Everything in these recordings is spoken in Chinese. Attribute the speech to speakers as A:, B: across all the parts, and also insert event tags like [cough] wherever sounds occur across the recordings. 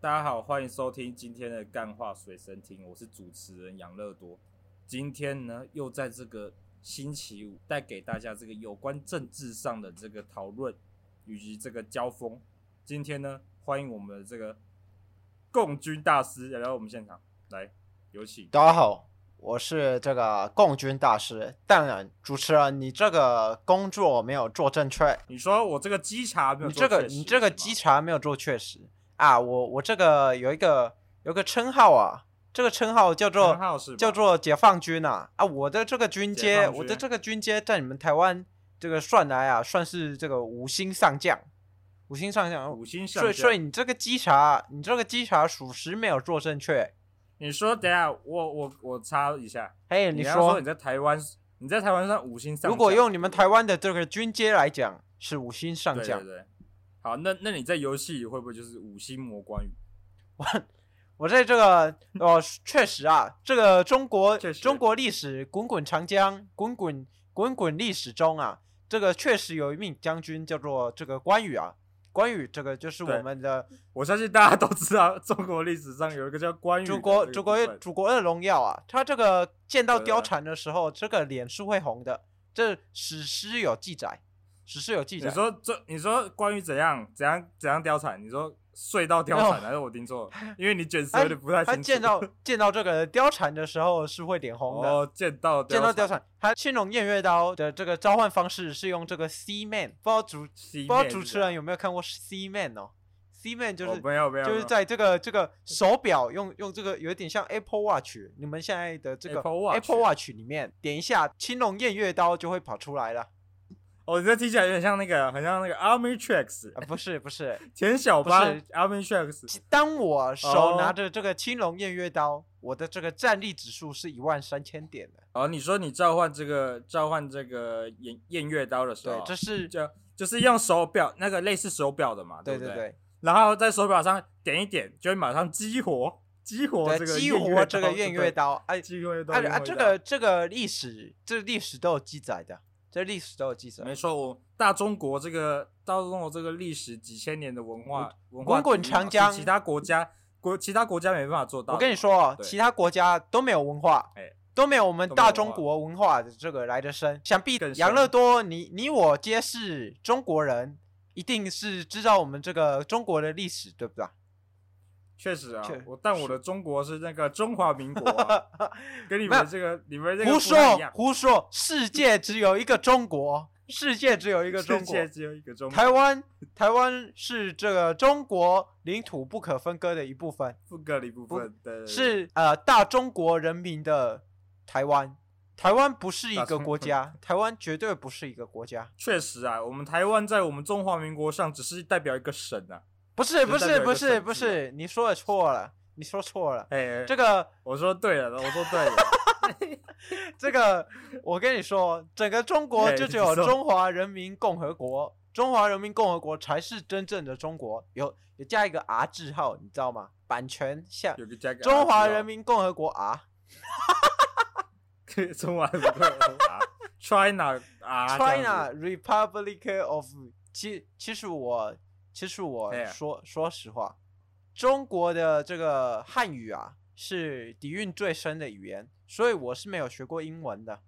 A: 大家好，欢迎收听今天的干话随身听，我是主持人杨乐多。今天呢，又在这个星期五带给大家这个有关政治上的这个讨论以及这个交锋。今天呢，欢迎我们的这个共军大师来到我们现场，来，有请。
B: 大家好，我是这个共军大师。当然，主持人，你这个工作没有做正确，
A: 你说我这个稽查没有
B: 你
A: 做
B: 这个
A: 确实
B: 你这个
A: 是吗
B: 稽查没有做确实啊。我我这个有一个有个称号啊，这个称号叫
A: 称
B: 做
A: 号是吧
B: 叫做解放军啊啊！我的这个军
A: 解
B: 阶，
A: 放
B: 我的
A: 军
B: 这个军阶在你们台湾这个算来啊，算是这个五星上将，五星上将。
A: 五星啊上
B: 所以，所以
A: 将。
B: 你这个稽查，你这个稽查属实没有做正确。
A: 你说等一下我我我插一下，
B: 嘿，
A: 你刚刚
B: 说
A: 说你在台湾你在台湾算五星上将，
B: 如果用你们台湾的这个军阶来讲，是五星上
A: 对
B: 将。
A: 对对，好，那那你在游戏里会不会就是五星魔关羽？
B: 我在这
A: [laughs]
B: 个哦，确实啊，这个中国
A: 确实
B: 中国历史滚滚长江，滚滚滚滚历史中啊，这个确实有一名将军叫做这个关羽啊。关羽这个就是
A: 对
B: 我们的
A: 我相信大家都知道，中国历史上有一个叫关羽的
B: 祖国
A: 这个
B: 祖
A: 部
B: 国
A: 分
B: 祖国的荣耀啊，他这个见到
A: 对
B: 貂蝉的时候，这个脸是会红的，这史诗有记载，史诗有记
A: 你
B: 载。
A: 说这你说关羽怎样怎样怎样貂蝉？你说睡到貂
B: 没
A: 蝉
B: 有
A: 还是我听错了？
B: [laughs]
A: 因为你卷舌有点不太清
B: 哦他
A: 楚。[laughs]
B: 见到见到这个貂蝉的时候是会脸红的，
A: 哦，见到
B: 见到
A: 貂
B: 貂蝉，它青龙偃月刀的这个召唤方式是用这个 C man，不知道主不
A: 西
B: 知道
A: 面
B: 主
A: 是
B: 持
A: 这样
B: 人有没有看过 C man 哦？C man 就
A: 哦
B: 是、
A: 没有没有
B: 就是
A: 没有
B: 在这个这个手表用用这个有点像 Apple Watch，你们现在的这个
A: Apple Watch
B: Watch 里面点一下青龙偃月刀就会跑出
A: [laughs]
B: 来了
A: 哦，你这听起来有点像那个，很像那个 Army Tracks
B: 啊！不是不
A: [laughs]
B: 是，
A: 田小八
B: 不是
A: Army Tracks。
B: 当我
A: 哦
B: 手拿着这个青龙偃月刀，我的这个战力指数是一万三千点的。
A: 哦，你说你召唤这个召唤这个偃偃月刀的时
B: 对
A: 候，，
B: 这是
A: 就就是用手表那个类似手表的嘛，
B: 对
A: 不
B: 对
A: 对
B: 对。
A: 然后在手表上点一点，就会马上激活激活这
B: 对，
A: 个
B: 激
A: 偃
B: 活
A: 月
B: 这
A: 刀
B: 个偃月，刀，哎
A: 对，激活偃月刀
B: 啊
A: 偃
B: 啊，
A: 月
B: 这
A: 刀
B: 个这个历史，这历史都有记载的，这历史都有记载。
A: 没错，我大中国这个大中国这个历史几千年的文化文化
B: 滚滚
A: 底蕴啊
B: 长
A: 嘛是
B: 江
A: 其他国家国其他国家没办法做到的。
B: 我跟你说哦，
A: 对
B: 其他国家都没有文化，
A: 哎
B: 都没有我们
A: 都没有
B: 大
A: 文
B: 中
A: 化
B: 国文化的这个来的深。想必
A: 更
B: 杨
A: 深
B: 乐多，你你我皆是中国人，一定是知道我们这个中国的历史，对不对？啊
A: 确实啊
B: 确，
A: 我但我的中国是那个中华民国、
B: [laughs]
A: 啊，跟你
B: 没有
A: 们这个你们这个
B: 胡
A: 不太一
B: 说
A: 样。
B: 胡说，世界只有一个中国，世界只有一
A: 一
B: 个中国，
A: 只有一个中国，
B: 台湾，台湾是这个中国领土不可分割的一部分，
A: 不隔离部分的
B: 是呃大中国人民的台湾。台湾不是一
A: 大
B: 个
A: 中
B: 国家，台湾绝对不是一个国家，
A: 确实啊，我们台湾在我们中华民国上只是代表一个省啊。
B: 不是
A: 就
B: 不
A: 代
B: 是
A: 表一
B: 不
A: 个
B: 是
A: 省
B: 不
A: 字嘛
B: 是，你说的错了，你说错了。
A: 哎，
B: 这
A: 个
B: 个
A: 我说对了，我说对了，
B: 这个，我跟你说，整个中国
A: 哎
B: 就只
A: 你
B: 有
A: 说
B: 中华人民共和国，中华人民共和国才是真正的中国，有有加一个 R 字号，你知道吗？版权下
A: 有个加个
B: [laughs] 中华
A: R 字哦
B: 人民共和国啊
A: 中华人民共和国啊 China 啊这样
B: China
A: 子
B: Republic of 其其实我其实我
A: 哎呀
B: 说说实话，中国的这个汉语啊是底蕴最深的语言，所以我是没有学过英文的，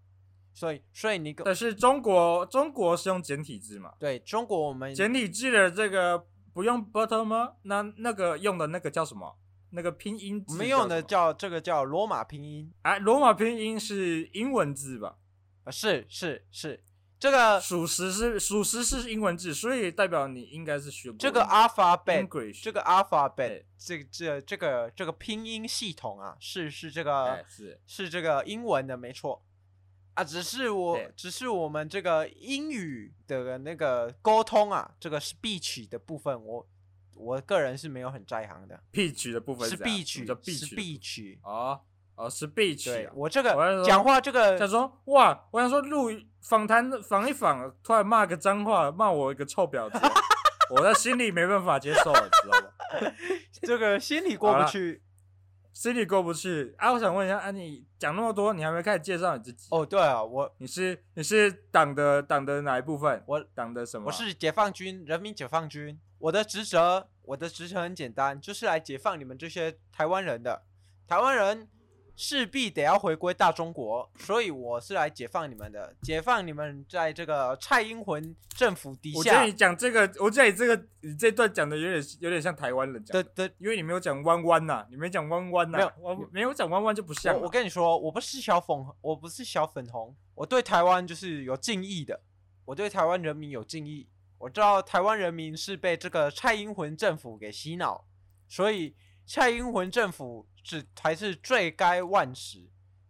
B: 所以所以你跟
A: 但是中国中国是用简体字嘛？
B: 对中国我们
A: 简体字的这个不用 button 吗？那那个用的那个叫什么？那个拼音
B: 我
A: 字
B: 们用的
A: 什么
B: 叫这个叫罗马拼音
A: 哎，罗马拼音是英文字吧？
B: 啊，是是是，这个
A: 属实是属实是英文字，所以代表你应该是学过
B: 这个
A: 英
B: alphabet
A: English
B: 这个 alphabet
A: 哎
B: 这这这个这个拼音系统啊，是是这个、
A: 哎是
B: 是这个英文的，没错啊，只是我
A: 对
B: 只是我们这个英语的那个沟通啊，这个 speech 的部分，我我个人是没有很在行的，
A: 必取的部分
B: 是
A: 怎样
B: speech
A: 什么叫
B: 是
A: 必取
B: speech
A: 哦，呃 speech，
B: 对
A: 啊
B: 我这
A: 我要
B: 个
A: 说
B: 讲话这
A: 他
B: 个，
A: 说哇，我想说录访谈访一访，突然骂个脏话，骂我一个臭婊子，啊我在心里没办法接受，你知道吗？
B: 这个心里过
A: 好
B: 不
A: 了
B: 去。
A: 心里过不去啊！我想问一下，啊，你讲那么多，你还没开始介绍你自己？
B: 哦，对啊，我
A: 你是你是党的党的哪一部分？
B: 我
A: 党的什么？
B: 我是解放军，人民解放军。我的职责，我的职责很简单，就是来解放你们这些台湾人的。台湾人势必得要回归大中国，所以我是来解放你们的，解放你们在这个蔡英文政府底
A: 我觉得
B: 下
A: 你讲这个，我觉得你这个你这段讲的有点有点像台湾人讲
B: 的
A: 的，
B: 的
A: 因为你没有讲弯弯呐，你没讲弯弯呐，
B: 没有
A: 我没有讲弯弯就不像啊
B: 我
A: 了。
B: 我跟你说，我不是小粉，我不是小粉红，我对台湾就是有敬意的，我对台湾人民有敬意。我知道台湾人民是被这个蔡英文政府给洗脑，所以蔡英文政府是才是罪该万死，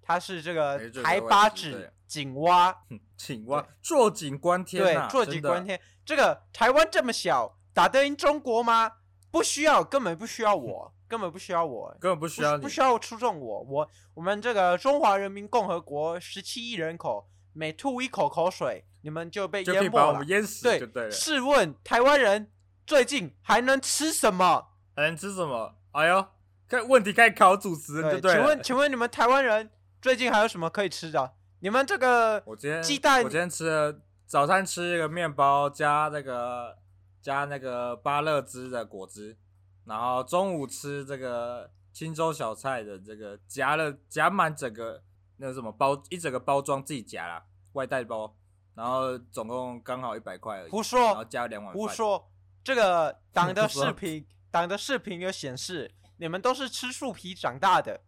B: 他是这
A: 才
B: 个
A: 是罪
B: 台
A: 该万
B: 八
A: 死对
B: 指井蛙，
A: 请挖坐井观天
B: 对
A: 呐，，
B: 坐井
A: 真的
B: 观天。这个台湾这么小，打得赢中国吗？不需要，根本不需要我，根本不需要我。
A: 根本不需要你，
B: 不需要出众我。我我们这个中华人民共和国十七亿人口，每吐一口口水，你们就被
A: 就可
B: 淹
A: 以
B: 没
A: 把我
B: 了
A: 们。淹死
B: 对
A: 就对了。
B: 试问台湾人最近还能吃什么？
A: 还能吃什么？哎呦，看问题开始考主持人就
B: 对，
A: 对了。
B: 请问请问你们台湾人最近还有什么可以吃的？你们这个
A: 我今天
B: 鸡蛋
A: 我今天吃了早餐吃一个面包加那个加那个芭乐汁的果汁，然后中午吃这个青州小菜的这个夹了夹满整个那个什么包一整个包装自己夹啦，外带包，然后总共刚好一百块而已，
B: 胡
A: 然后
B: 说
A: 加两碗
B: 胡
A: 饭。
B: 说，
A: [laughs]
B: 这个党的
A: 胡说
B: 视频党的视频有显示，你们都是吃树皮长大的，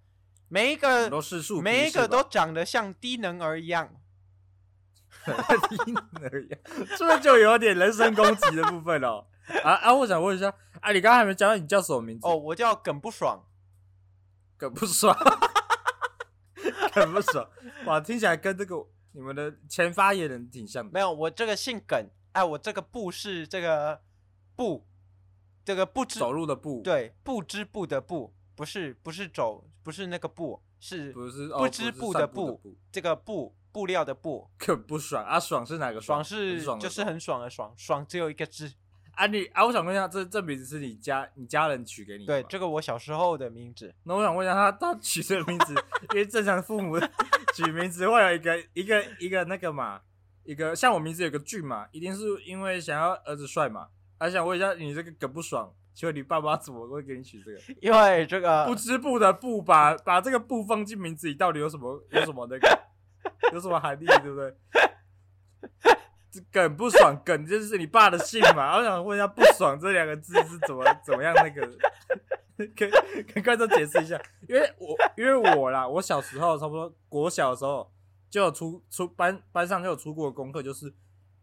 B: 每一
A: 我
B: 个
A: 们都是数，
B: 每一
A: [laughs]
B: 个都长得像低能儿一样。
A: 低能而已，是不是就有点人身攻击的部分哦？啊啊！我想问一下，啊，你刚刚还没讲到你叫什么名字？
B: 哦，我叫耿不爽。
A: 梗不爽，梗不爽，哇，听起来跟这个你们的前发言人挺像的。
B: 没有，我这个姓耿，哎，我这个不是这个不，这个不知
A: 走路的步，，
B: 对不知不的不，不是不是走，不是那个不，是
A: 不是
B: 不知
A: 不
B: 布的
A: 布
B: 布，这个布布料的布。
A: 梗不爽啊！爽是哪个
B: 爽
A: 很
B: 是
A: 爽的
B: 就是很爽的爽，爽只有一个字。
A: 啊你啊！我想问一下，这这名字是你家你家人取给你的
B: 对，
A: 吗
B: 这个我小时候的名字。
A: 那我想问一下，他他取这个名字，因为正常父母 [laughs] 取名字会有一个一个一个那个嘛，一个像我名字有个俊嘛，一定是因为想要儿子帅嘛。啊，想问一下，你这个梗不爽，请问你爸妈怎么会给你取这个？
B: 因为这
A: 不
B: 个
A: 织布的布把把这个布放进名字里，到底有什么有什么那个有什么含义，对不对？这梗不爽，梗就是你爸的姓嘛。我想问一下，不爽这两个字是怎么怎么样那个？ [laughs] 跟跟观众解释一下，因为我因为我啦，我小时候差不多国小的时候就有出出班班上就有出过功课，就是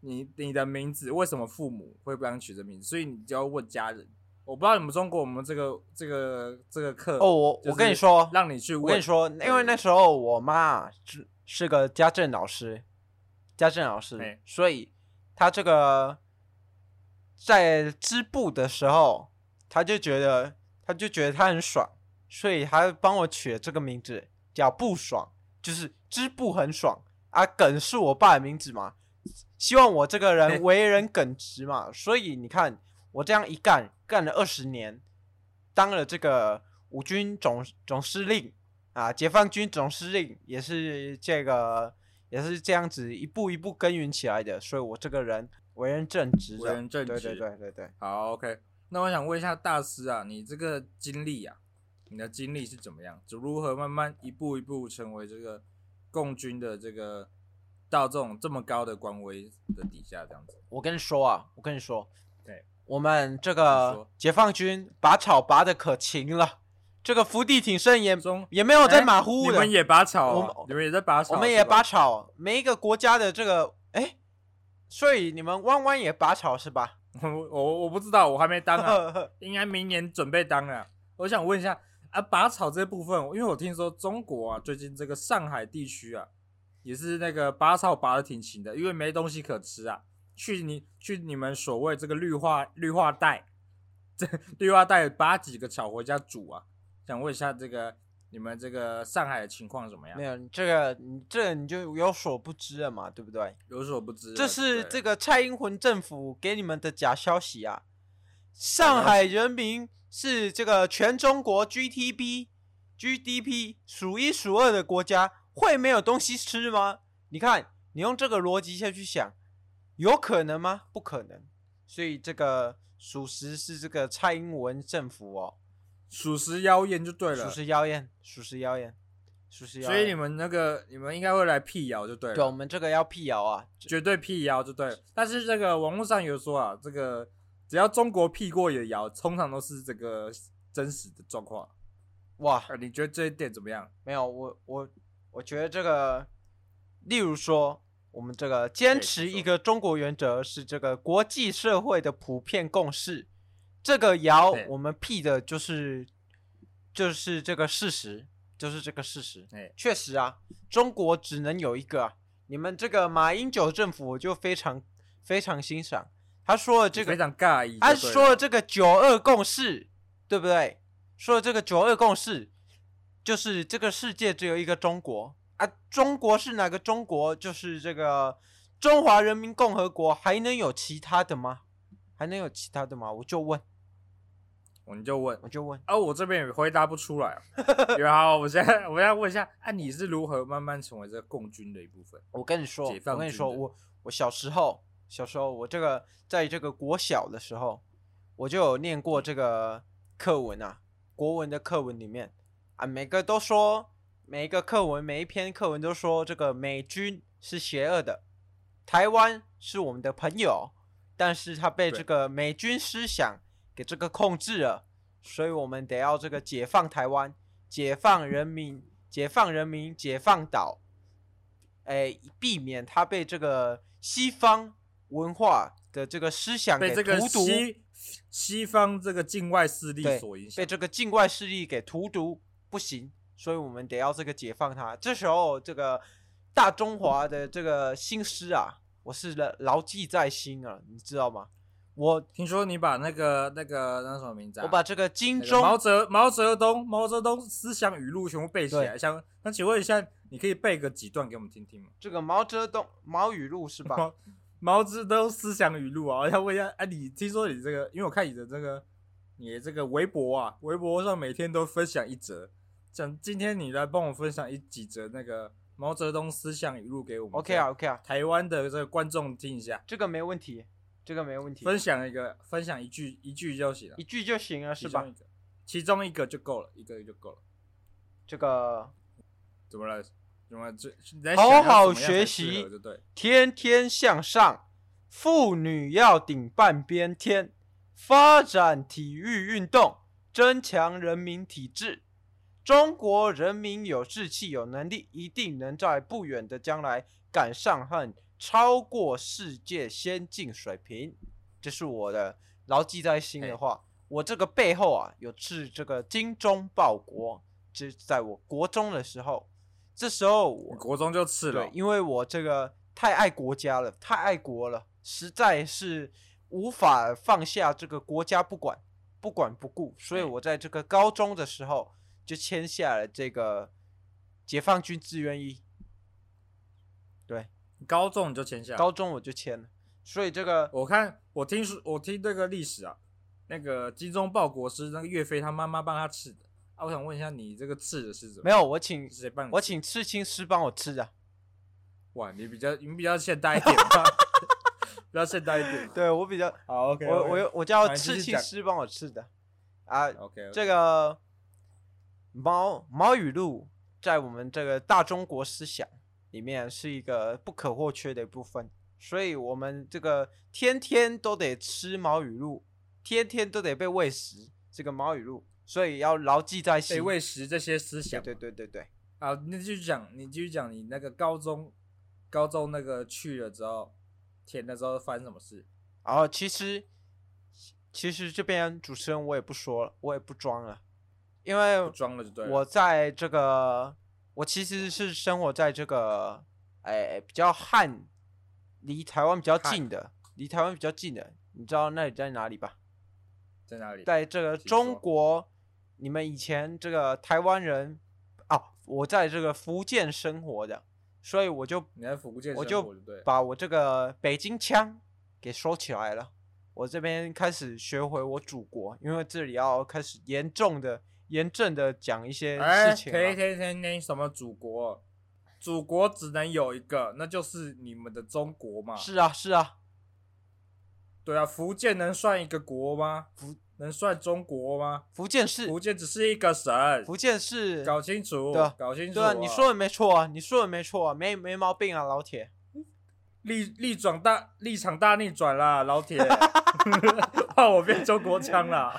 A: 你你的名字为什么父母会帮你取这名字，所以你就要问家人。我不知道你们中国我们这个这个这个课
B: 哦，我
A: 就是嗯
B: 我跟你说，
A: 让你去问。
B: 我跟你，说，因为那时候我妈是是个家政老师，家政老师
A: 哎，
B: 所以她这个在织布的时候，她就觉得她就觉得她很爽，所以她帮我取了这个名字叫不爽，就是织布很爽啊。梗是我爸的名字嘛，希望我这个
A: 哎
B: 人为人耿直嘛，所以你看我这样一干干了二十年，当了这个五军总总司令啊，解放军总司令也是这个也是这样子一步一步耕耘起来的，所以我这个人为人正直的，
A: 为人正直
B: 对对对对对。
A: 好，OK。那我想问一下大师啊，你这个经历啊，你的经历是怎么样？就如何慢慢一步一步成为这个共军的这个到这种这么高的官威的底下这样子？
B: 我跟你说啊，我跟你说，
A: 对，
B: 我们这
A: 你
B: 个
A: 说
B: 解放军拔草拔的可勤了，这个伏地挺身也
A: 中
B: 也没有在
A: 哎
B: 马虎
A: 你
B: 的，
A: 们也拔草
B: 我
A: 啊、
B: 们
A: 你们也在拔草，
B: 我们也拔
A: 草，
B: 草，每一个国家的这个哎，所以你们弯弯也拔草是吧？
A: 我我我不知道，我还没当
B: [laughs]
A: 啊。应该明年准备当了。我想问一下啊，拔草这部分，因为我听说中国啊，最近这个上海地区啊，也是那个拔草拔的挺勤的，因为没东西可吃啊。去你去你们所谓这个绿化绿化 [laughs] 带，这绿化带拔几个草回家煮啊。想问一下这个你们这个上海的情况怎么样
B: 没？有，你这个你这个你就有所不知了嘛，对不对？
A: 有所不知了。
B: 这是
A: 对
B: 这个蔡英文政府给你们的假消息啊！上海人民是这个全中国 GDP GDP 数一数二的国家，会没有东西吃吗？你看，你用这个逻辑下去想，有可能吗？不可能。所以这个属实是这个蔡英文政府哦，
A: 属实妖艳就对
B: 属
A: 了。
B: 实妖艳，属实妖艳，属实妖艳。
A: 所以你们那个你们应该会来辟谣就对了。
B: 对我们这个要辟谣啊，
A: 绝对辟谣就对了。但是这个网络上有说啊，这个只要中国辟过野谣，通常都是这个真实的状况。
B: 哇！
A: 啊，你觉得这一点怎么样？
B: 没有，我我我觉得这个，例如说，我们这个坚
A: 对
B: 持
A: 没错
B: 一个中国原则是这个国际社会的普遍共识，这个谣
A: 对
B: 我们辟的就是就是这个事实，就是这个事实。
A: 哎、
B: 确实啊，中国只能有一个、啊。你们这个马英九政府，我就非常非常欣赏。他说了这
A: 这
B: 个
A: 非常尬异就对
B: 他
A: 了。
B: 啊说了这个九二共识，对不对？说了这个九二共识，就是这个世界只有一个中国啊，中国是哪个中国？就是这个中华人民共和国，还能有其他的吗？还能有其他的吗？我就问，
A: 我们就问
B: 我就问，
A: 啊，我这边也回答不出
B: [laughs]
A: 来、啊。然后我现在我要问一下，啊，你是如何慢慢成为这个共军的一部分？
B: 我跟你说，
A: 解放
B: 我跟你
A: 军
B: 说，
A: 的
B: 我我小时候，小时候我这个在这个国小的时候，我就有念过这个课文啊，国文的课文里面啊，每个都说每一个课文每一篇课文都说这个美军是邪恶的，台湾是我们的朋友，但是他被
A: 对
B: 这个美军思想给这个控制了，所以我们得要这个解放台湾，解放人民，解放人民，解放岛，哎，避免他被这个西方文化的这个思想
A: 被
B: 给
A: 这个
B: 荼毒，
A: 西西方这个境外势力
B: 对
A: 所影响
B: 被。这个境外势力给荼毒，不行，所以我们得要这个解放它。这时候，这个大中华的这个心思啊，我是牢牢记在心啊，你知道吗？我
A: 听说你把那个那个那什么名字、啊？
B: 我把这个金
A: 那个
B: 钟
A: 毛泽毛泽东毛泽东思想语录全部背起来。
B: 对
A: 想那请问一下，你可以背个几段给我们听听吗？
B: 这个毛泽东毛语录是吧？
A: 毛毛泽东思想语录啊，我要问一下，哎、你听说你这个，因为我看你的这个你的这个微博啊，微博上每天都分享一则，讲今天你来帮我分享一几则那个毛泽东思想语录给我们。
B: OK 啊，，OK 啊，
A: 台湾的这个观众听一下，
B: 这个没问题，这个没问题，
A: 分享一个，分享一句一句就行了
B: 一，句就行了是
A: 其
B: 吧
A: 中一？个，其中一个就够了，一个就够了。
B: 这个
A: 怎么了？怎么了这？你在
B: 好
A: 想要怎
B: 好
A: 么样才
B: 学
A: 适
B: 习
A: 合就对。
B: 天天向上，妇女要顶半边天，发展体育运动，增强人民体质。中国人民有志气、有能力，一定能在不远的将来赶上和超过世界先进水平。这是我的牢记在心
A: 嘿
B: 的话。我这个背后啊，有是这个精忠报国，这是在我国中的时候。这时候我
A: 你国中就吃了
B: 对，，因为我这个太爱国家了，太爱国了，实在是无法放下这个国家不管，不管不顾，所以
A: 对
B: 我在这个高中的时候就签下了这个解放军志愿役，
A: 高中你就签下。
B: 高中我就签了，所以这个
A: 我看我听说我听这个历史啊，那个精忠报国是那个岳飞他妈妈帮他刺的啊。我想问一下，你这个刺的是什么？
B: 没有我请
A: 是谁帮你刺？
B: 我请刺青师帮我吃的，
A: 哇，你比较你比较现代一点吧， [laughs] 比较现代一点。，
B: [laughs] 对我比较
A: 好，OK，
B: 我我有我叫
A: 好你继
B: 刺
A: 续
B: 青
A: 讲
B: 师帮我吃的啊，
A: OK，
B: 这个毛毛语录在我们这个大中国思想里面是一个不可或缺的一部分，所以我们这个天天都得吃毛语录，天天都得被喂食这个毛语录，所以要牢记在心。
A: 被喂食这些思想。
B: 对对对对，
A: 好，你继续讲，你继续讲，你那个高中高中那个去了之后，填了之后发生什么事？
B: 然后其实其实这边主持人我也不说了，我也不装了，因为
A: 不装了就对了。
B: 我在这个，我其实是生活在这个，哎，比较汉，离台湾比较近的，离台湾比较近的，你知道那里在哪里吧？
A: 在哪里？
B: 在这个
A: 请说
B: 中国，你们以前这个台湾人哦我在这个福建生活的，所以我就
A: 你在福建生
B: 我就
A: 活对了，
B: 把我这个北京腔给收起来了。我这边开始学回我祖国，因为这里要开始严重的、严正的讲一些
A: 哎，
B: 事情了。啊
A: 可以可以可以，那什么祖国？祖国只能有一个，那就是你们的中国嘛。
B: 是啊，是啊，
A: 对啊，福建能算一个国吗？福能算中国吗？
B: 福建是
A: 福建只是一个省，
B: 福建是，
A: 搞清楚，
B: 对啊
A: 搞清楚、
B: 对啊，你说的没错啊，你说的没错啊，没没毛病啊，
A: [laughs]
B: 老铁。
A: 立立转大立场大逆转啦，老
B: [laughs]
A: 铁， [laughs] 怕我变中国腔啦。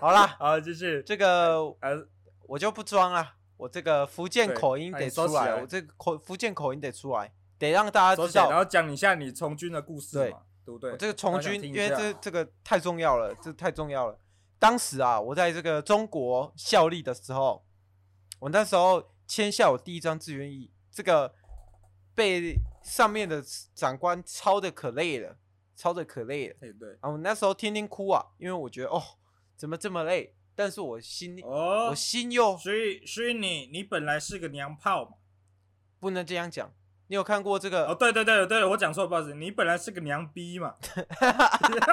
B: 好啦，
A: 好，继续，
B: 这个
A: 呃，
B: 我就不装了，我这个福建
A: 对
B: 口音
A: 哎
B: 得
A: 你
B: 出
A: 收起
B: 来，
A: 来
B: 我这个口福建口音得出来，得让大家
A: 首
B: 知
A: 先然
B: 道
A: 后讲一下你从军的故事嘛，对不对
B: 我？这个从
A: 大家
B: 军，
A: 听
B: 因
A: 一
B: 为
A: 下啊
B: 这这个太重要了，这太重要了。当时啊，我在这个中国效力的时候，我那时候签下我第一张志愿役，这个被上面的长官操的可累了，操的可累了。
A: 哎对，
B: 啊，我那时候天天哭啊，因为我觉得哦，怎么这么累？但是我心里，
A: 哦
B: 我，心又
A: 所以所以你你本来是个娘炮嘛？
B: 不能这样讲。你有看过这个？
A: 哦，对对对对，我讲错，不好意思，你本来是个娘逼嘛， [laughs]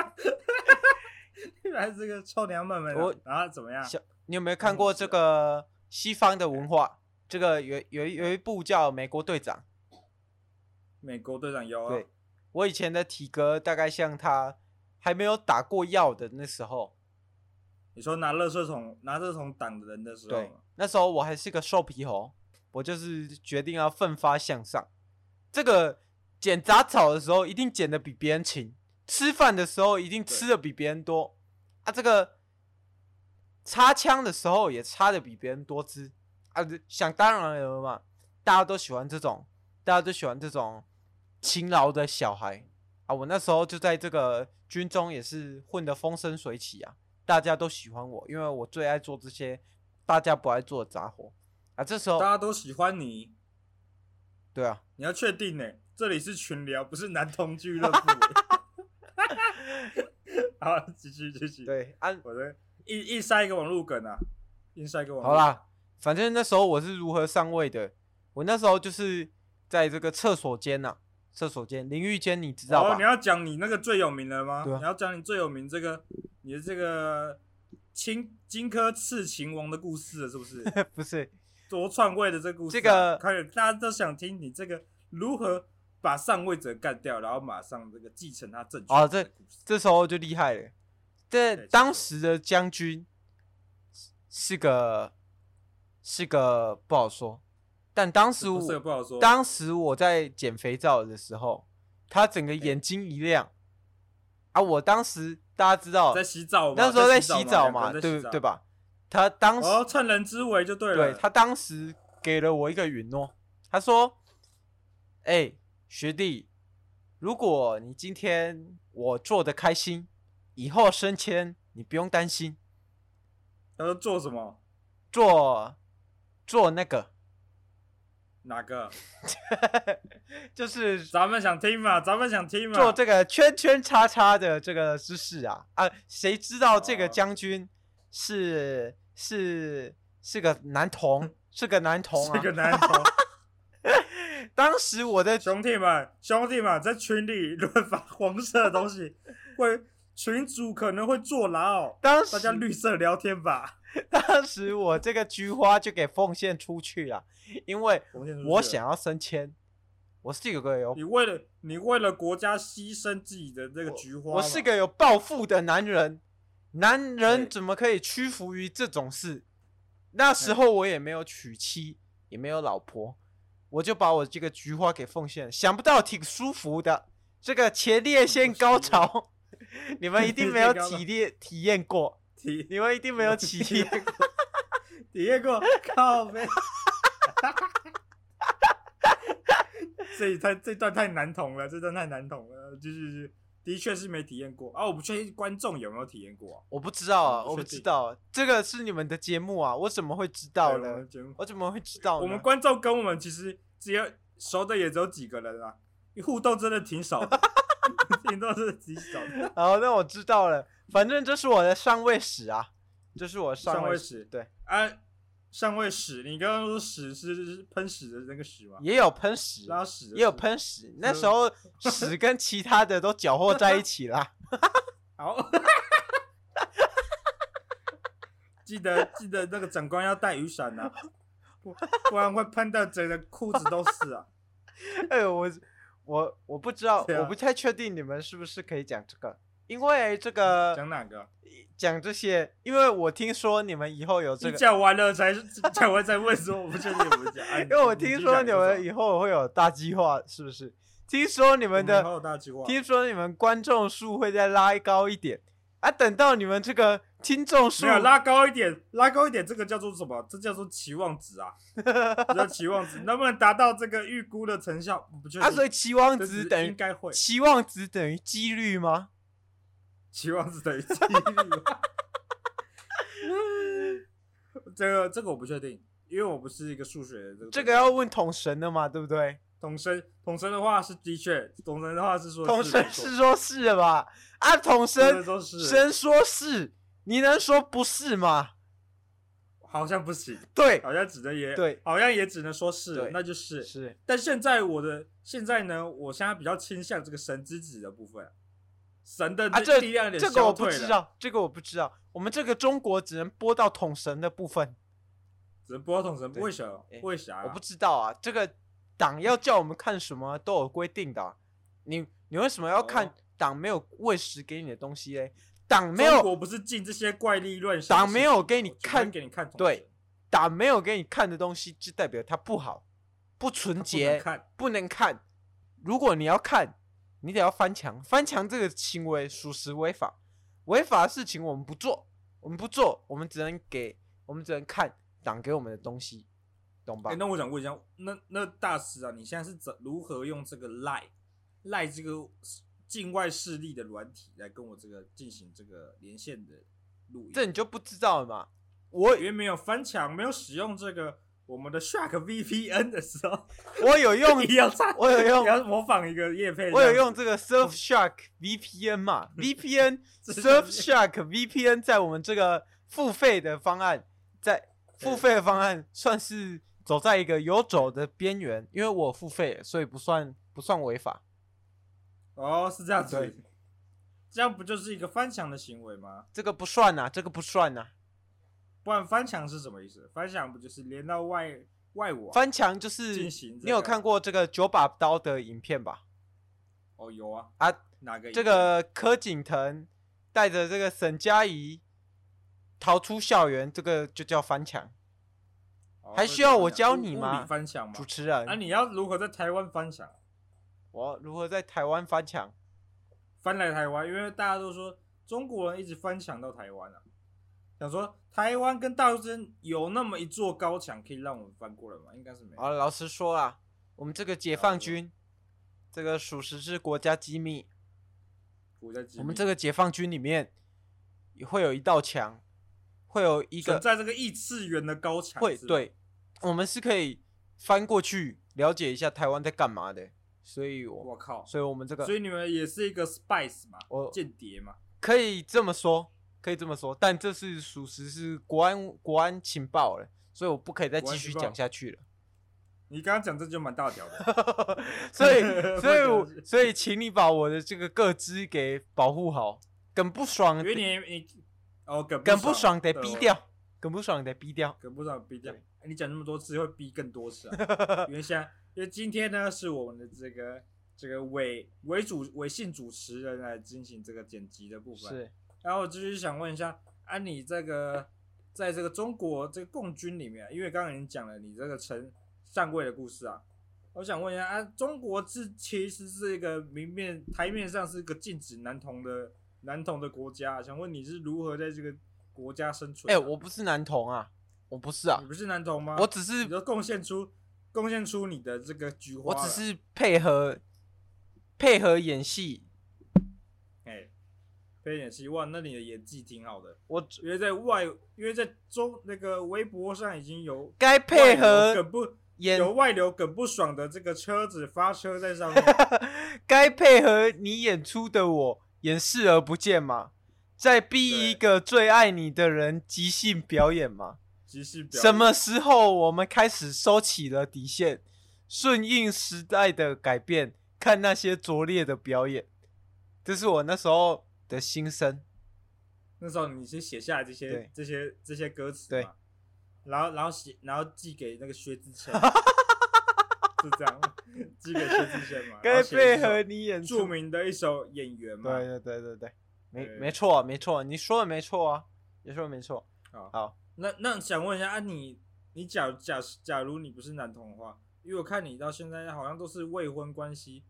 A: 你本来是个臭娘们们啊，
B: 我
A: 然后怎么样？
B: 小你有没有看过这个西方的文化？这个有有一有一部叫《美国队长
A: 美国队长有》。啊
B: 对，我以前的体格大概像他还没有打过药的那时候，
A: 你说拿垃圾桶拿垃圾桶挡人的时候
B: 对
A: 嘛，，
B: 那时候我还是个瘦皮猴，我就是决定要奋发向上。这个捡杂草的时候一定捡的比别人勤，吃饭的时候一定吃的比别人多啊。这个插枪的时候也插的比别人多支啊，这想当然了嘛，大家都喜欢这种，大家都喜欢这种勤劳的小孩啊。我那时候就在这个军中也是混得风生水起啊，大家都喜欢我，因为我最爱做这些大家不爱做的杂活啊。这时候
A: 大，家都喜欢你，
B: 对啊，
A: 你要确定呢、这里是群聊，不是男童俱乐部。[laughs]
B: [laughs]
A: 好，继续继续。，
B: 对啊，
A: 我在硬硬塞一个网络梗啊，硬塞一个网。
B: 好，啦，反正那时候我是如何上位的，我那时候就是在这个厕所间呐、厕所间、淋浴间，你知道
A: 哦
B: 吧？，
A: 你要讲你那个最有名的吗？
B: 对啊
A: 你要讲你最有名这个，你的这个荆荆轲刺秦王的故事了，是不
B: [laughs]
A: 是？
B: 不是，
A: 夺篡位的这个故事啊、
B: 这个
A: 快点，大家都想听你这个如何把上位者干掉，然后马上这个继承他政权
B: 哦
A: 的
B: 这
A: 故事。
B: 这时候就厉害了。这
A: 对
B: 当时的将军是是个是个不好说，但当时
A: 不是个
B: 我
A: 不好说。
B: 当时我在捡肥皂的时候，他整个眼睛一亮啊！我当时大家知道
A: 在洗澡嘛，
B: 那时候在
A: 洗
B: 洗澡
A: 嘛，
B: 嘛，
A: 两个人在
B: 对
A: 洗澡
B: 对？吧？他当时
A: 哦，趁人之危就对了。
B: 对他当时给了我一个允诺，他说：“哎、学弟，如果你今天我做的开心，以后升迁你不用担心，
A: 他说做什么？
B: 做做那个
A: 哪个？
B: 就是
A: 咱们想听嘛，咱们想听嘛。
B: 做这个圈圈叉叉的这个姿势啊啊！谁知道这个
A: 哦
B: 将军是是是个男童，是个男童啊
A: 这！个男头，
B: 当时我的
A: 兄弟们，兄弟们，在群里乱发黄色的东西，会群主可能会坐牢，
B: 当时
A: 大家绿色聊天吧。
B: [laughs] 当时我这个菊花就给奉献出去了，因为
A: 我们先出去了
B: 我想要升迁，我是有个有
A: 你为了你为了国家牺牲自己的这个菊花嘛，
B: 我是个有抱负的男人，男人
A: 对
B: 怎么可以屈服于这种事？那时候我也没有娶妻，也没有老婆，我就把我这个菊花给奉献了，想不到挺舒服的。这个前列腺高潮， [laughs] 你们一
A: [laughs]
B: 定没有
A: 前列腺高潮
B: 体验体验过，
A: 体
B: 你们一定没
A: [laughs]
B: 有体
A: 体
B: 验
A: 验过，体验过，靠呗。 [laughs] 这一太这段太难懂了，这段太难懂了，继续继续，的确是没体验过啊，我不确定观众有没有体验过、啊。
B: 我不知道啊，
A: 嗯
B: 我不
A: 确
B: 知
A: 定
B: 道啊，这个是你们的节目啊，我怎么会知道
A: 对我
B: 呢
A: 们？节目
B: 我怎么会知道呢？
A: 我们观众跟我们其实只有熟的也只有几个人啊，互动真的挺少的， [laughs] 互动真的挺少
B: [laughs]
A: 的。
B: [laughs] 好，那我知道了，反正这是我的上位史啊，这是我的
A: 上
B: 位
A: 位
B: 史。
A: 史
B: 对，
A: 啊，上位屎，你刚刚说屎是喷屎的那个屎吗？
B: 也有喷屎，
A: 拉屎的嗯
B: 也有
A: 屎。
B: 喷屎。那时候屎跟其他的都搅和在一起
A: [laughs]
B: 啦。
A: 好， [laughs] 记得记得那个长官要带雨伞呐、啊，不不然会喷到整个裤子都是
B: [laughs]
A: 啊。
B: 哎呦，我我我不知道，
A: 对啊
B: 我不太确定你们是不是可以讲这个，因为这个
A: 讲哪个？
B: 讲这些，因为我听说你们以后有这
A: 你
B: 个，
A: 讲完了才讲完再问说，我不确定有没有讲。
B: [laughs]
A: 啊
B: 因为我听说你们
A: 有
B: 以后会有大计划，是不是？听说你们的，
A: 大计划，
B: 听说你们观众数会再拉高一点啊，等到你们这个听众数
A: 没有拉高一点，拉高一点，这个叫做什么？这叫做期望值啊， [laughs] 这叫期望值，能不能达到这个预估的成效？不确定。
B: 啊，所以期望
A: 这只
B: 值
A: 是
B: 等
A: 应
B: 于
A: 该会，
B: 期望值等于几率吗？
A: 期望值等于几率吧。 [laughs] 这个这个我不确定，因为我不是一个数学的这个
B: 这个要问统神的嘛，对不对？
A: 统神统神的话是的确，统神的话是说
B: 统
A: 是没
B: 神
A: 错
B: 是说是的吧？啊，统
A: 统
B: 神
A: 神说是
B: 神说是，你能说不是吗？
A: 好像不行，
B: 对，
A: 好像只能也
B: 对
A: 好像也只能说是
B: 对，
A: 那就是
B: 是
A: 但现在我的现在呢，我现在比较倾向这个神之子的部分，啊神的
B: 啊，
A: 力
B: 这
A: 力量有点
B: 这个
A: 消
B: 我不
A: 退
B: 知
A: 了，
B: 道，这个我不知道。我们这个中国只能播到统神的部分，
A: 只能播统神，
B: 对
A: 为什么
B: 哎？
A: 为啥啊？
B: 我不知道啊。这个党要叫我们看什么都有规定的啊、你你为什么要
A: 哦
B: 看党没有喂食给你的东西嘞？党没
A: 中
B: 有
A: 国不是禁这些怪力乱神的事情，
B: 党没有给你
A: 我只会
B: 看
A: 给你看统
B: 对
A: 神，
B: 党没有给你看的东西，就代表它不好、不
A: 他
B: 纯
A: 不能
B: 洁、
A: 看，
B: 不能看。如果你要看，你得要翻墙。翻墙这个行为属实违法，违法的事情我们不做，我们不做，我们只能给，我们只能看党给我们的东西，懂吧？
A: 哎，那我想问一下，那那大师啊，你现在是怎如何用这个赖赖这个境外势力的软体来跟我这个进行这个连线的录音？
B: 这你就不知道了嘛。我
A: 因为没有翻墙，没有使用这个我们的 Shark VPN 的时候，，
B: 我有用
A: 一样差。
B: 我
A: [laughs]
B: 有
A: 你
B: 用，
A: 要模仿一个叶配，
B: 我有用这个 Surfshark VPN
A: [laughs]
B: 嘛，VPN
A: 这 [laughs] 是
B: Surfshark VPN 在我们这个付费的方案，在付费的方案算是走在一个游走的边缘，因为我付费了，所以不算不算违法。
A: 哦，是这样
B: 对
A: 子，这样不就是一个翻墙的行为吗？
B: 这个不算呐、这个不算啊呐、
A: 不然翻墙是什么意思？翻墙不就是连到外外啊网
B: 翻墙就是
A: 进行这个
B: 你有看过这个九把刀的影片吧？
A: 哦，有啊
B: 啊，
A: 哪个
B: 这个柯景腾带着这个沈佳宜逃出校园，这个就叫翻墙。
A: 哦
B: 还需要我教你
A: 物
B: 吗
A: 物理翻墙吗
B: 主？持人，
A: 那你要如何在台湾翻墙？
B: 我如何在台湾翻墙？
A: 翻来台湾，因为大家都说中国人一直翻墙到台湾啊，想说台湾跟大陆之间有那么一座高墙可以让我们翻过来吗？应该是没有。
B: 好了，啊老实说啦，我们这个解放军，这个属实是国家机密。
A: 国家机密
B: 我们这个解放军里面也会有一道墙，会有一
A: 存
B: 个
A: 在这个异次元的高墙，
B: 会
A: 是吧，
B: 对，我们是可以翻过去了解一下台湾在干嘛的。所以我，
A: 我靠，
B: 所以我们这
A: 所
B: 个
A: 以你们也是一个 spice 嘛
B: 我，
A: 间谍嘛，
B: 可以这么说，可以这么说，但这是属实是国安国安情报了，所以我不可以再
A: 国
B: 继
A: 安
B: 续
A: 情报
B: 讲下去了。
A: 你刚刚讲这就蛮大屌 [laughs]
B: [laughs]
A: 的，，
B: 所以所以
A: 我
B: 我
A: 觉得，是
B: 所以，请你把我的这个个资给保护好。耿不爽
A: 因，为你你哦梗
B: 耿不爽得
A: 对
B: 逼
A: 我
B: 掉，耿不爽得逼掉。
A: 梗不爽逼掉哎
B: 对，
A: 你讲那么多次会逼更多次啊，
B: [laughs]
A: 因为现在因为今天呢是我们的这个这个伪伪主伪性主持人来进行这个剪辑的部分，啊
B: 是，
A: 然后我就是想问一下，啊，你这个在这个中国这个共军里面，因为刚刚已经讲了你这个陈上位的故事啊，我想问一下啊，中国是其实是一个明面台面上是一个禁止男童的男童的国家，啊想问你是如何在这个国家生存
B: 哎、
A: 的？
B: 我不是男童啊，我不是啊
A: 你，不是男童吗？
B: 我只
A: 嗯你
B: 是，
A: 就贡献出贡献出你的这个菊花
B: 我
A: 了，
B: 只是配合配合演戏。
A: 哎，配演希望，那你的演技挺好的，
B: 我只
A: 因为在外，因为在中那个微博上已经有
B: 该配
A: 外流
B: 合
A: 梗不
B: 演，
A: 有外流梗不爽的这个车子发车在
B: [laughs]
A: 上面，
B: 该配合你演出的我演视而不见嘛，再逼一
A: 对
B: 个最爱你的人即兴表演嘛。
A: 即兴表演
B: 什么时候我们开始收起了底线，顺应时代的改变，看那些拙劣的表演？这是我那时候的心声。
A: 那时候你先写下来这些
B: 对
A: 这些这些歌词
B: 对
A: 嘛，然后然后写然后寄给那个薛之谦，
B: [laughs]
A: 是这样，寄给薛之谦嘛，
B: 该配合
A: 和
B: 你演出。
A: 著名的一首演员嘛，
B: 对对对对对，没
A: 对
B: 没错没错，你说的没错啊，你说的没错。
A: 好
B: 好，
A: 那那想问一下啊你，你假假假如你不是男童的话，因为我看你到现在好像都是未婚关系，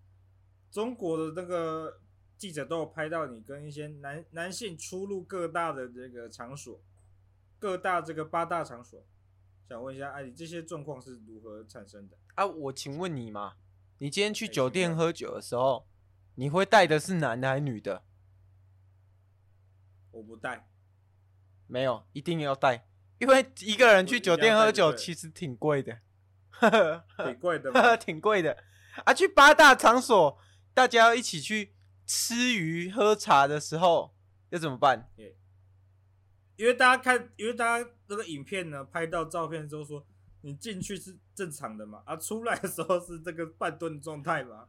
A: 中国的那个记者都有拍到你跟一些男男性出入各大的这个场所，各大这个八大场所，想问一下，哎、你这些状况是如何产生的？
B: 啊，我请问你嘛，你今天去
A: 哎
B: 酒
A: 请
B: 店
A: 问
B: 喝酒的时候，你会带的是男的还是女的？
A: 我不带，
B: 没有，一定要带，因为一个人去酒店喝
A: 我一定要
B: 酒
A: 带就对了
B: 其实挺贵的， [laughs]
A: 挺贵的嘛。
B: 挺贵的。啊，去八大场所，大家要一起去吃鱼喝茶的时候，要怎么办？
A: 因为大家看，因为大家那个影片呢，拍到照片之后说，你进去是正常的嘛，啊， [laughs] 出来的时候是这个半蹲状态嘛，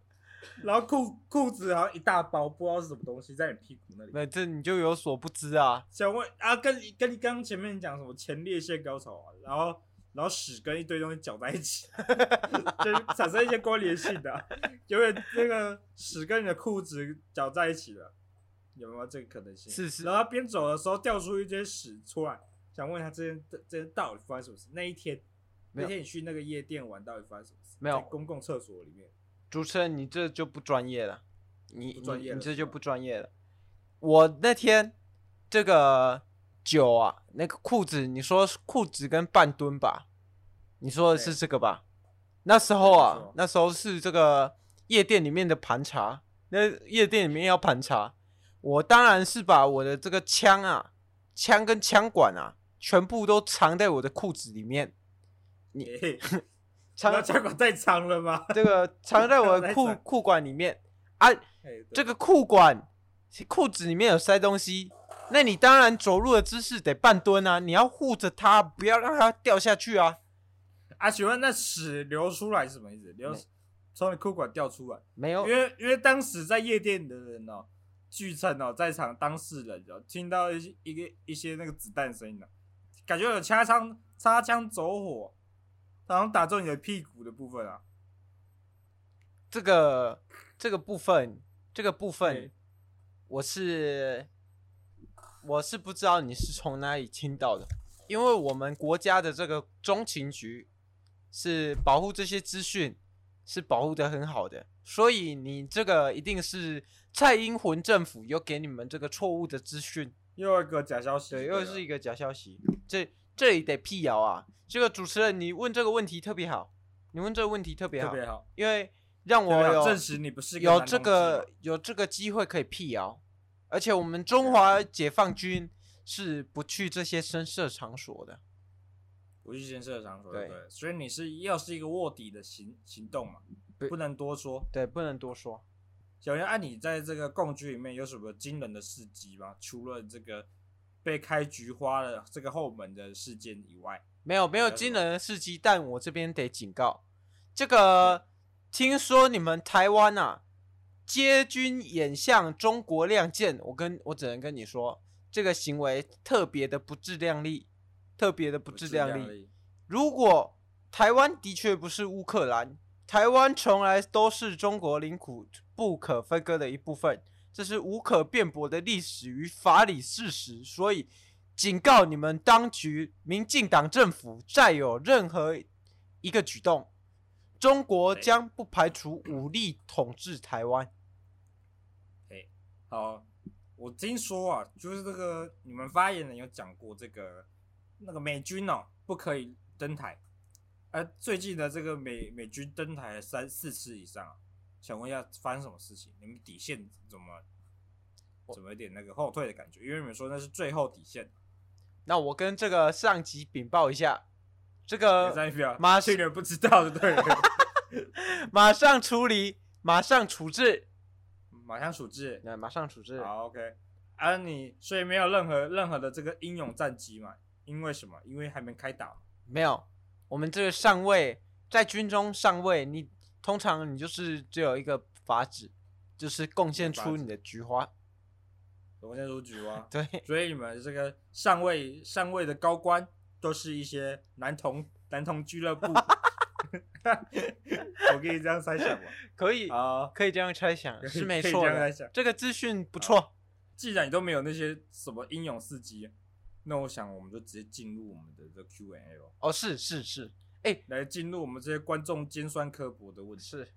A: 然后裤裤子好像一大包，不知道是什么东西在你屁股那里。
B: 那这你就有所不知啊。
A: 想问啊，跟你跟你刚刚前面讲什么前列腺高潮啊，然后然后屎跟一堆东西搅在一起，
B: [laughs]
A: 就是产生一些关联性的啊、有点那个屎跟你的裤子搅在一起了，有没有这个可能性？
B: 是是
A: 然后他边走的时候掉出一些屎出来，想问一下这件这这件到底发生什么事？那一天那
B: 没有
A: 天你去那个夜店玩到底发生什么事？
B: 没有
A: 在公共厕所里
B: [laughs]
A: 面，
B: 主持人，你这就不专业了，你
A: 不专业
B: 你
A: 了
B: 你这
A: 是
B: 就
A: 吧
B: 不专业了。我那天这个酒啊，那个裤子，你说是裤子跟半吨吧？你说的是
A: 对
B: 这个吧？那时候
A: 没
B: 啊
A: 错，
B: 那时候是这个夜店里面的盘查，那夜店里面要盘查，我当然是把我的这个枪啊、枪跟枪管啊，全部都藏在我的裤子里面，
A: 嘿嘿 [laughs]
B: 藏
A: 那结果太长了吗？
B: 这个
A: [laughs]
B: 藏在我的
A: 来
B: 裤
A: 转
B: 裤管里面啊。
A: 哎对
B: 这个裤管裤子里面有塞东西，那你当然走路的姿势得半蹲啊，你要护着它，不要让它掉下去啊。
A: 啊，请问那屎流出来是什么意思？流
B: 没哦
A: 从你裤管掉出来？
B: 没有
A: 因，为因为当时在夜店的人哦，据称哦，在场当事人哦，听到一些一个一些那个子弹声音呢、哦感觉有擦枪擦枪走火，然后打中你的屁股的部分啊。
B: 这个这个部分，这个部分
A: 对，
B: 我是我是不知道你是从哪里听到的，因为我们国家的这个中情局是保护这些资讯是保护的很好的，所以你这个一定是蔡英文政府有给你们这个错误的资讯。
A: 又一个假消息，
B: 对，又是一
A: 个
B: 个假消息。这这里得辟谣啊！这个主持人，你问这个问题特别好，你问这个问题特别
A: 特
B: 好，
A: 别好，
B: 因为让我
A: 特别好
B: 有
A: 证实你不是
B: 有
A: 男
B: 这
A: 同志嘛啊
B: 个有这个机会可以辟谣，而且我们中华解放军是不去这些深色场所的。
A: 不去先设场所，
B: 对
A: 对，所以你是又是一个卧底的行行动嘛，
B: 对
A: 不能多说。
B: 对，不能多说。
A: 小袁，按、你在这个共居里面有什么惊人的事迹吗？除了这个被开菊花的这个后门的事件以外，
B: 没有没有
A: 还有什
B: 惊
A: 么
B: 人的事迹，但我这边得警告，这个听说你们台湾啊，接军演向中国亮剑，我跟我只能跟你说，这个行为特别的不自量力，特别的不自量力。
A: 力，
B: 如果台湾的确不是乌克兰，台湾从来都是中国领土不可分割的一部分，这是无可辩驳的历史与法理事实。所以，警告你们当局、民进党政府，再有任何一个举动，中国
A: 对
B: 将不排除武力统治台湾。
A: 好，我听说啊，就是这个你们发言人有讲过，这个那个美军哦不可以登台，而最近的这个美美军登台了三四次以上、啊，想问一下发生什么事情？你们底线怎么怎么有点那个后退的感觉？因为你们说那是最后底线，
B: 那我跟这个上级禀报一下，这个
A: 也在表
B: 马
A: 去年不知道的对了，
B: 马上处理，马上处置，
A: [laughs] 马上处置。
B: 那马上处置。
A: 好，OK。啊，你所以没有任何任何的这个英勇战绩嘛？因为什么？因为还没开打嘛。
B: 没有，我们这个上位在军中上位，你通常你就是只有一个法旨，就是贡献
A: 法
B: 出
A: 旨
B: 你的菊花。，
A: 我现在说菊花 [laughs]
B: 对，
A: 所以你们这个上位上位的高官都是一些男童男童俱乐部。 [laughs] 我可以这样猜想吗？
B: 可以，
A: 啊，
B: 可以这样猜想，
A: 可以
B: 是没
A: 可以
B: 错
A: 这样
B: 的
A: 猜想。
B: 这个资讯不错，
A: 既然你都没有那些什么英勇事迹，那我想我们就直接进入我们的这 Q&A 咯，
B: 哦，是是是
A: 来进入我们这些观众尖酸刻薄的问题。
B: 是，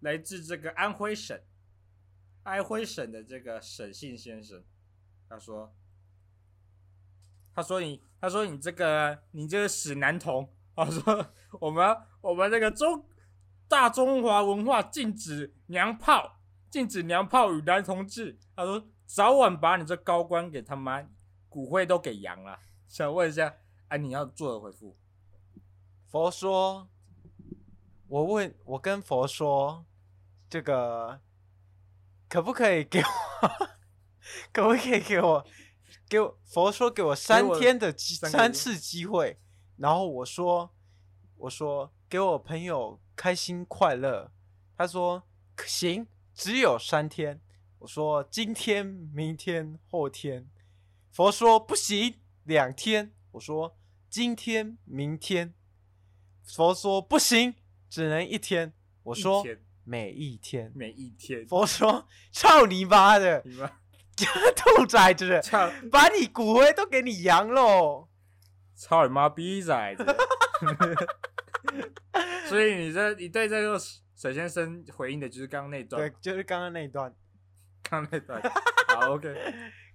A: 来自这个安徽省，安徽省的这个沈姓先生，他说，他说你，他说你这个你这个死男童，他说我们我们这个中大中华文化禁止娘炮，禁止娘炮与男同志，他说早晚把你这高官给他妈骨灰都给扬了。想问一下，哎、你要做的回复，
B: 佛说，我问，我跟佛说，这个可不可以给我？ [laughs] 可不可以给我？给我佛说给我三
A: 我
B: 天的机
A: 三
B: 三
A: 个月
B: 次机会，然后我说我说给我朋友开心快乐，他说可行，只有三天。我说今天、明天、后天。佛说不行，两天。我说今天、明天。佛说不行，只能一天。我
A: 一
B: 说
A: 天
B: 每一天。
A: 每一天，
B: 佛说操你妈的，
A: 你们
B: 兔崽子，
A: 操！
B: 把你骨灰都给你扬喽！
A: 操你妈逼崽子！所以你这你对这个沈先生回应的就是刚刚那段
B: 对，，就是刚刚那一段，
A: 刚刚那段。好，OK，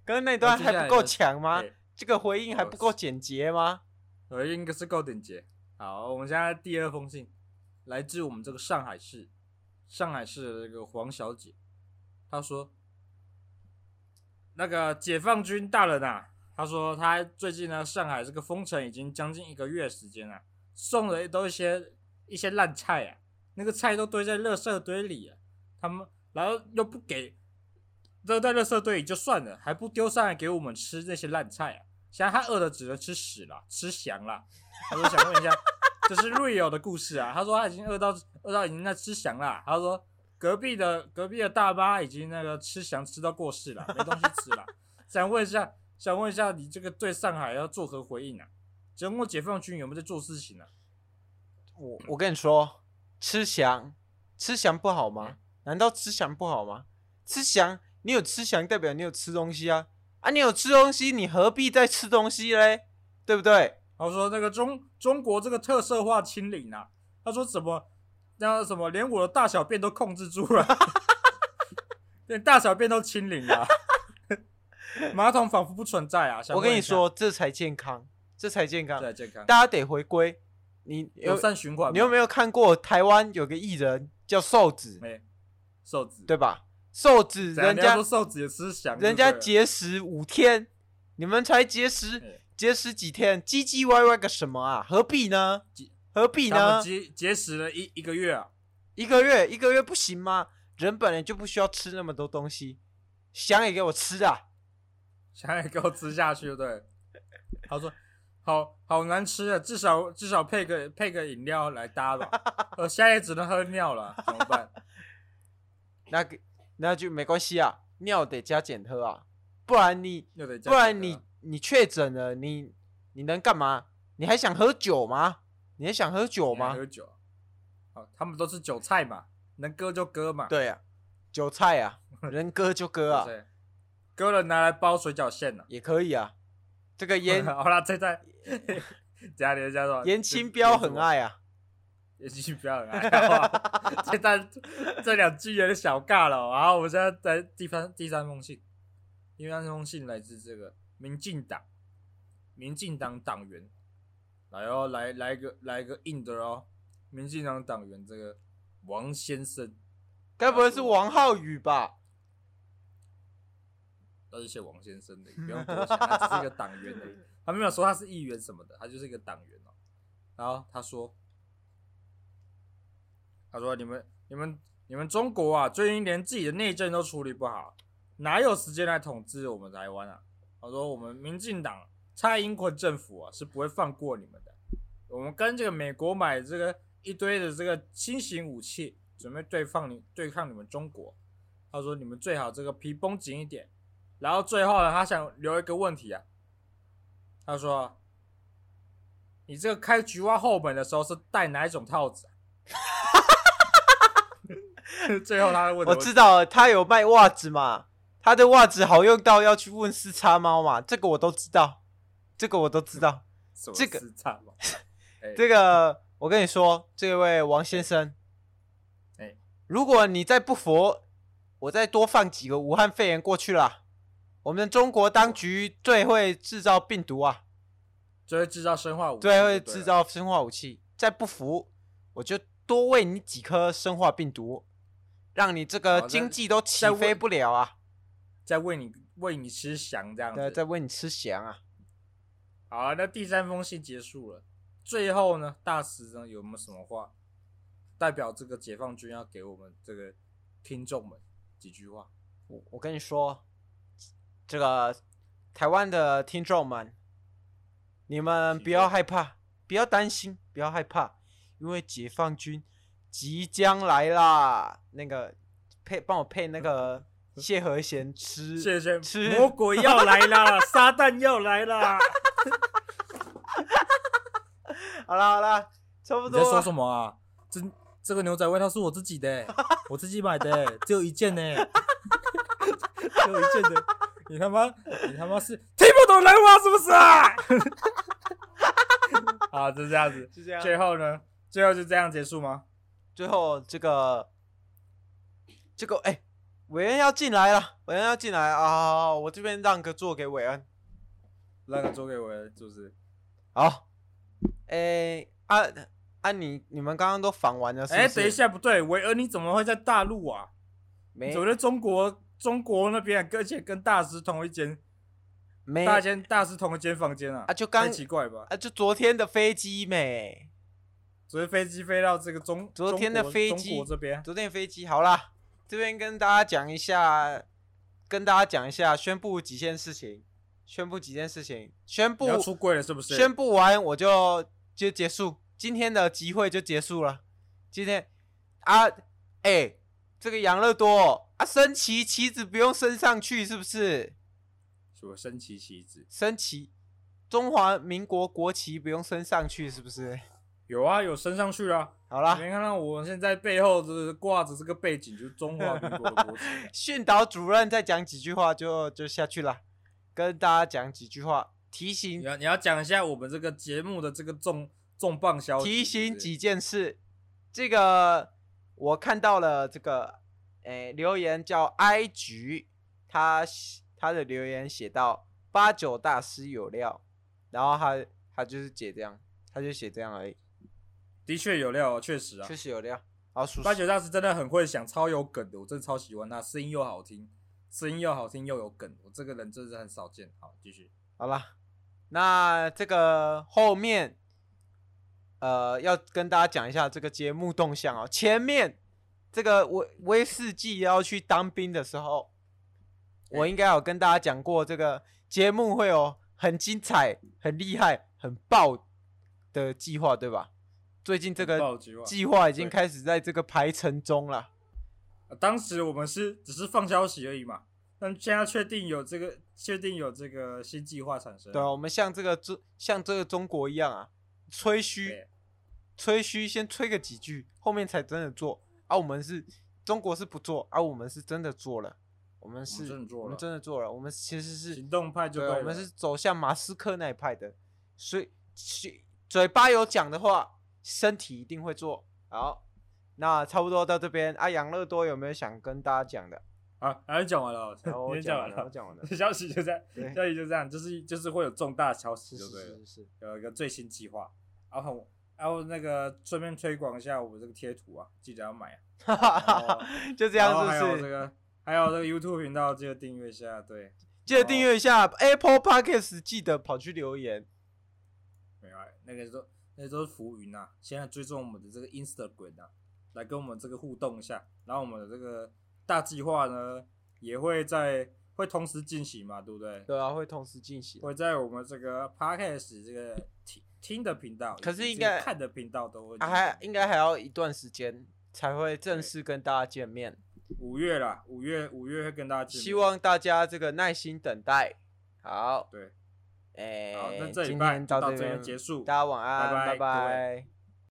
B: 刚刚那一段
A: 接下来
B: 还不够
A: 就是
B: 强吗
A: 对？
B: 这个回应还不够简洁吗？
A: 回应是够顶级。好，我们现在第二封信来自我们这个上海市，上海市的这个黄小姐，她说，那个解放军大人啊，她说她最近呢上海这个封城已经将近一个月时间了、啊送了都一些一些烂菜啊，那个菜都堆在垃圾堆里啊，他们然后又不给扔在垃圾堆里就算了，还不丢上来给我们吃那些烂菜啊。现在他饿的只能吃屎了， [laughs] 吃翔了。他说想问一下， [laughs] 这是 real 的故事啊。他说他已经饿到饿到已经在吃翔了。他说隔壁的隔壁的大妈已经那个吃翔吃到过世了，没东西吃了。 [laughs] 想问一下，想问一下你这个对上海要作何回应啊？整个解放军有没有在做事情啊？
B: 我我跟你说，吃翔，吃翔不好
A: 嗯
B: 吗？难道吃翔不好吗？吃翔，你有吃翔代表你有吃东西啊啊！你有吃东西，你何必再吃东西嘞？对不对？
A: 他说那个中中国这个特色化清零啊，他说怎么那什么连我的大小便都控制住了， [laughs] 连大小便都清零了、马桶仿佛不存在啊！想
B: 我跟
A: 问
B: 你
A: 一下，
B: 说，这才健康，这才健康。
A: 对健康
B: 大家得回归。你
A: 友
B: 有
A: 善循环嘛，
B: 你有没有看过台湾有个艺人叫瘦子，
A: 没瘦子？
B: 对吧？瘦子
A: 怎样，
B: 人
A: 人家
B: 家
A: 说瘦子也吃翔，
B: 人家
A: 对不对
B: 节食五天，你们才节
A: 对
B: 食节食几天，唧唧歪歪个什么啊？何必呢
A: 几？
B: 何必
A: 他们
B: 呢？
A: 节节食了一一个月啊，
B: 一个月一个月不行吗？人本来就不需要吃那么多东西，想也给我吃啊！
A: 想也给我吃下去，对不对。他说：“好好难吃啊，至少至少配个配个饮料来搭
B: [laughs]
A: 吧。我现在也只能喝尿了，怎么办？
B: 那个那就没关系啊，尿得加减喝啊，不然你
A: 又得加啊水
B: 不然你
A: 了
B: 你确诊了，你你能干嘛？你还想喝酒吗？你还想喝酒
A: 你还
B: 吗？
A: 喝酒啊？好，他们都是韭菜嘛，能割就割嘛，
B: 对啊，韭
A: [laughs]
B: 菜啊，人割就割
A: 对
B: 啊
A: 不，对，割了拿来包水饺馅了。
B: 也可以啊。这个
A: [laughs]
B: 严
A: 好啦，这在家里家说
B: 严清标很，爱啊，
A: 严清标很爱。好吧这段这两句有点小尬了哦。然后我们现在在第三第三封信，第三封信来自这个民进党，民进党党员，来哦，来来一个来一个硬的哦，民进党党员这个王先生，
B: 该不会是王浩宇吧？
A: 都是写王先生的，不用多想，他只是一个党员而已。他没有说他是议员什么的，他就是一个党员哦。然后他说，他说你们你们你们中国啊，最近连自己的内政都处理不好，哪有时间来统治我们台湾啊？他说我们民进党蔡英文政府啊是不会放过你们的。我们跟这个美国买这个一堆的这个新型武器，准备对抗你对抗你们中国。他说你们最好这个皮绷紧一点。然后最后呢，他想留一个问题啊，他说：“你这个开菊花后门的时候是戴哪一种套
B: [laughs]
A: 子、啊？”最后他问的
B: 我
A: 问题
B: 知道了他有卖袜子嘛，他的袜子好用到要去问四叉猫嘛，这个我都知道，这个我都知道。
A: 什么
B: 这个
A: 四叉
B: [laughs]
A: 猫哎
B: 这个我跟你说，这位王先生，
A: 哎
B: 如果你再不服，我再多放几个武汉肺炎过去啦。我们中国当局最会制造病毒啊，
A: 就会制造生化武器就对啊
B: 最
A: 了，
B: 会制造生化武器。再不服，我就多喂你几颗生化病毒，让你这
A: 好
B: 个
A: 再
B: 经济都起
A: 再喂
B: 飞不了啊！
A: 在喂你喂你吃翔这样
B: 对，
A: 子。
B: 再喂你吃翔啊！
A: 好啊了，那第三封信结束了。最后呢，大使呢有没有什么话代表这个解放军要给我们这个听众们几句话？
B: 我我跟你说，这个台湾的听众们，你们
A: 请
B: 不要
A: 说
B: 害怕，不要担心，不要害怕，因为解放军即将来啦！那个配帮我配那个谢和弦吃，
A: 嗯谢谢，
B: 吃
A: 魔鬼要来
B: [laughs]
A: 啦，撒旦要来啦！
B: 好啦好啦，差不
A: 你
B: 多
A: 在说
B: 了。
A: 什么啊？这这个牛仔外套是我自己的、欸
B: [laughs]
A: 我自己买的、欸只有一件呢、只有一件的。你他妈，你他妈是听不懂人话是不是啊？
B: [laughs]
A: 啊，就这样子。
B: 就这样。
A: 最后呢？最后就这样结束吗？
B: 最后这个这个哎、韦恩要进来了，韦恩要进来啊！我这边让个座给韦恩。
A: 那个做给我的就是，
B: 好，诶、啊啊你你们刚刚都访完了是不是？
A: 哎、等一，下，不对，维恩你怎么会在大陆啊？你
B: 没
A: 怎么在中国中国那边，而且跟大师同一间，
B: 没
A: 大间大师同一间房间啊？
B: 啊就刚
A: 太奇怪了吧？
B: 啊，就昨天的飞机没，
A: 昨天飞机飞到这个中，
B: 昨天的
A: 中国
B: 飞机
A: 中国这边，
B: 昨天的飞机好啦，这边跟大家讲一下，跟大家讲一下，宣布几件事情，宣布几件事情，宣布
A: 你要出柜了是不是？
B: 宣布完我就就结束今天的集会就结束了。今天啊，哎、这个养乐多啊，升旗旗子不用升上去是不是？
A: 什么升旗旗子？
B: 升旗，中华民国国旗不用升上去是不是？
A: 有啊，有升上去了。
B: 好
A: 啊、
B: 啦
A: 你，没看到我们现在背后就是挂着这个背景，就是中华民国的国旗。啊
B: [laughs] 训导主任再讲几句话就就下去了，跟大家讲几句话，提
A: 你
B: 醒
A: 要你要讲一下我们这个节目的这个重重磅消息，
B: 提醒
A: 是
B: 几件事。这个我看到了，这个诶、留言叫哀菊，他写他的留言写到八九大师有料，然后他他就是写这样，他就写这样而已，
A: 不是的确有料、啊，确实啊
B: 确。实有料。好，叔叔
A: 八九大师真的很会想，超有梗的，我真的超喜欢他，声音又好听，声音又好听又有梗，我这个人真的是很少见。好，继续。
B: 好啦，那这个后面，呃，要跟大家讲一下这个节目动向哦。前面这个威威士忌要去当兵的时候，我应该有跟大家讲过，这个节目会有很精彩、很厉害、很爆的计划，对吧？最近这
A: 报
B: 个
A: 局啊
B: 计划已经
A: 对
B: 开始在这个排程中了。
A: 啊当时我们是只是放消息而已嘛，但现在确定有这个，确定有这个新计划产生。
B: 对啊，我们像这个中像这个中国一样啊，吹嘘
A: 对，
B: 吹嘘，先吹个几句，后面才真的做。啊，我们是中国是不做，啊，我们是真的做了，我们是
A: 真的做
B: 我们
A: 了
B: 真的做了，我们其实是
A: 行动派就
B: 对，啊哦
A: 对
B: 我们
A: 了
B: 是走向马斯克那一派的，所以嘴嘴巴有讲的话，身体一定会做。好，那差不多到这边，啊，养乐多有没有想跟
A: [laughs]
B: 大家讲的？
A: 啊，啊，你讲完了哦，
B: 然后
A: 你
B: 我
A: 也讲
B: 讲
A: 完
B: 完了，我
A: 了，
B: 讲完了，
A: [laughs] 消息就这样，
B: 对，
A: 消息就这样，就是就是会有重大消息
B: 是
A: 就是对了
B: 是， [laughs] 是，
A: 有一个最新计划，然后然后那个顺便推广一下我们这个贴图啊，记得要
B: [laughs]
A: 买啊。
B: 哈哈哈
A: 然后
B: 哈，就这
A: 然后
B: 样
A: 还
B: [laughs] 是不
A: 有
B: 是
A: 这？个，还有这个 YouTube 频道，记得订阅一下。对，
B: 记得订阅一下 Apple Podcast，记得跑去留言。
A: 没有啊那个都那都是浮云啊。现在追踪我们的这个 Instagram 啊，来跟我们这个互动一下。然后我们的这个大计划呢，也会在会同时进行嘛，对不对？
B: 对啊，会同时进行。
A: 会在我们这个 podcast 这个听听的频道，
B: 可是
A: 以及
B: 应
A: 这个
B: 该
A: 看的频道都会进
B: 啊，
A: 行。
B: 还应该还要一段时间才会正式跟大家见面，
A: 五月啦，五月五月会跟大家见面。
B: 希望大家这个耐心等待。好，
A: 对，
B: 哎、
A: 好，那这礼
B: 今
A: 拜
B: 天
A: 就到
B: 到
A: 这
B: 边
A: 边结束，
B: 大家晚安，
A: 拜拜
B: 拜
A: 各位
B: 拜